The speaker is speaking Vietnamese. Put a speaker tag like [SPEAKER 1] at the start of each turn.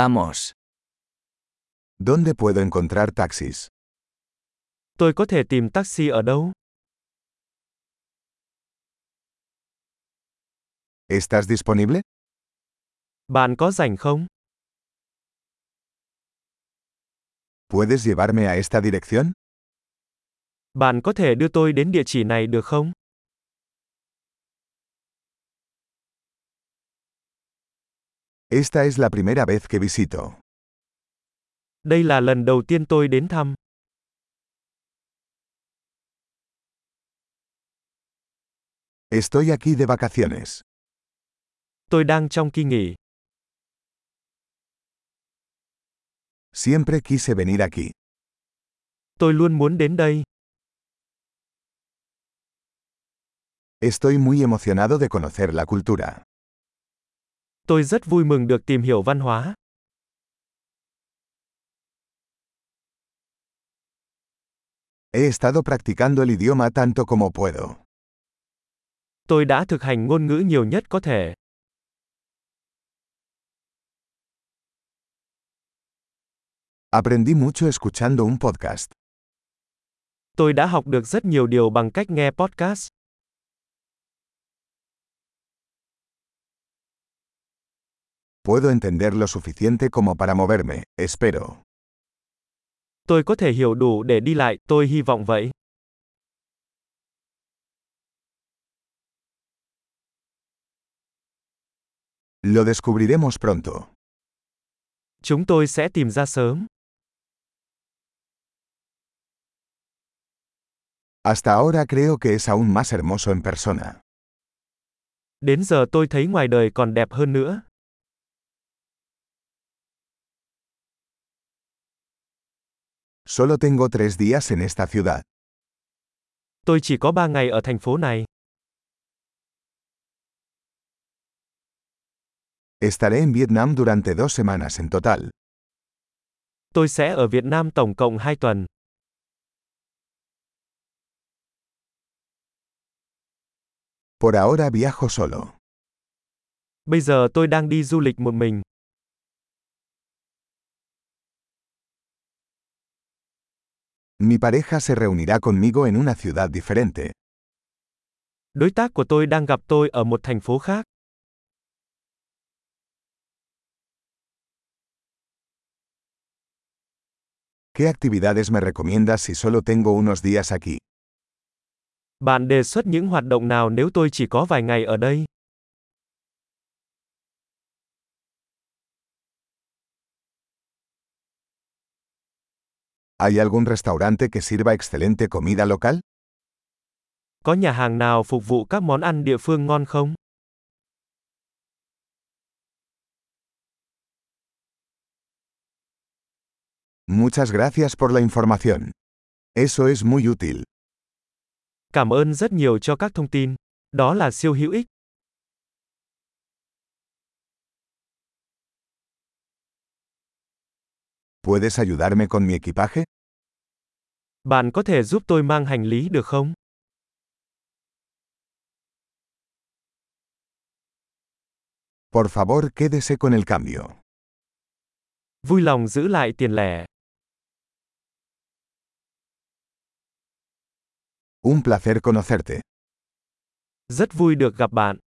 [SPEAKER 1] Vamos.
[SPEAKER 2] ¿Dónde puedo encontrar taxis?
[SPEAKER 3] Tôi có thể tìm taxi ở đâu?
[SPEAKER 2] ¿Estás disponible?
[SPEAKER 3] Bạn có rảnh không?
[SPEAKER 2] ¿Puedes llevarme a esta dirección?
[SPEAKER 3] Bạn có thể đưa tôi đến địa chỉ này được không?
[SPEAKER 2] Esta es la primera vez que visito.
[SPEAKER 3] Đây là lần đầu tiên tôi đến thăm.
[SPEAKER 2] Estoy aquí de vacaciones.
[SPEAKER 3] Tôi đang trong kỳ nghỉ.
[SPEAKER 2] Siempre quise venir aquí.
[SPEAKER 3] Tôi luôn muốn đến đây.
[SPEAKER 2] Estoy muy emocionado de conocer la cultura.
[SPEAKER 3] Tôi rất vui mừng được tìm hiểu văn hóa.
[SPEAKER 2] He estado practicando el idioma tanto como puedo.
[SPEAKER 3] Tôi đã thực hành ngôn ngữ nhiều nhất có thể.
[SPEAKER 2] Aprendí mucho escuchando un podcast.
[SPEAKER 3] Tôi đã học được rất nhiều điều bằng cách nghe podcast.
[SPEAKER 2] Puedo entender lo suficiente como para moverme, espero.
[SPEAKER 3] Tôi có thể hiểu đủ để đi lại, tôi hy vọng vậy.
[SPEAKER 2] Lo descubriremos pronto.
[SPEAKER 3] Chúng tôi sẽ tìm ra sớm.
[SPEAKER 2] Hasta ahora creo que es aún más hermoso en persona.
[SPEAKER 3] Đến giờ tôi thấy ngoài đời còn đẹp hơn nữa.
[SPEAKER 2] Solo tengo tres días en esta ciudad.
[SPEAKER 3] Tôi chỉ có 3 ngày ở thành phố này.
[SPEAKER 2] Estaré en Vietnam durante dos semanas en total.
[SPEAKER 3] Tôi sẽ ở Việt Nam tổng cộng 2 tuần.
[SPEAKER 2] Por ahora viajo solo.
[SPEAKER 3] Bây giờ tôi đang đi du lịch một mình.
[SPEAKER 2] Mi pareja se reunirá conmigo en una ciudad diferente.
[SPEAKER 3] Đối tác của tôi đang gặp tôi ở một thành phố khác.
[SPEAKER 2] ¿Qué actividades me recomiendas si solo tengo unos días aquí?
[SPEAKER 3] Bạn đề xuất những hoạt động nào nếu tôi chỉ có vài ngày ở đây?
[SPEAKER 2] ¿Hay algún restaurante que sirva excelente comida local?
[SPEAKER 3] Có nhà hàng nào phục vụ các món ăn địa phương ngon không?
[SPEAKER 2] Muchas gracias por la información. Eso es muy útil.
[SPEAKER 3] Cảm ơn rất nhiều cho các thông tin. Đó là siêu hữu ích.
[SPEAKER 2] ¿Puedes ayudarme con mi equipaje?
[SPEAKER 3] Bạn có thể giúp tôi mang hành lý được không?
[SPEAKER 2] Por favor, quédese con el cambio.
[SPEAKER 3] Vui lòng giữ lại tiền lẻ.
[SPEAKER 2] Un placer conocerte.
[SPEAKER 3] Rất vui được gặp bạn.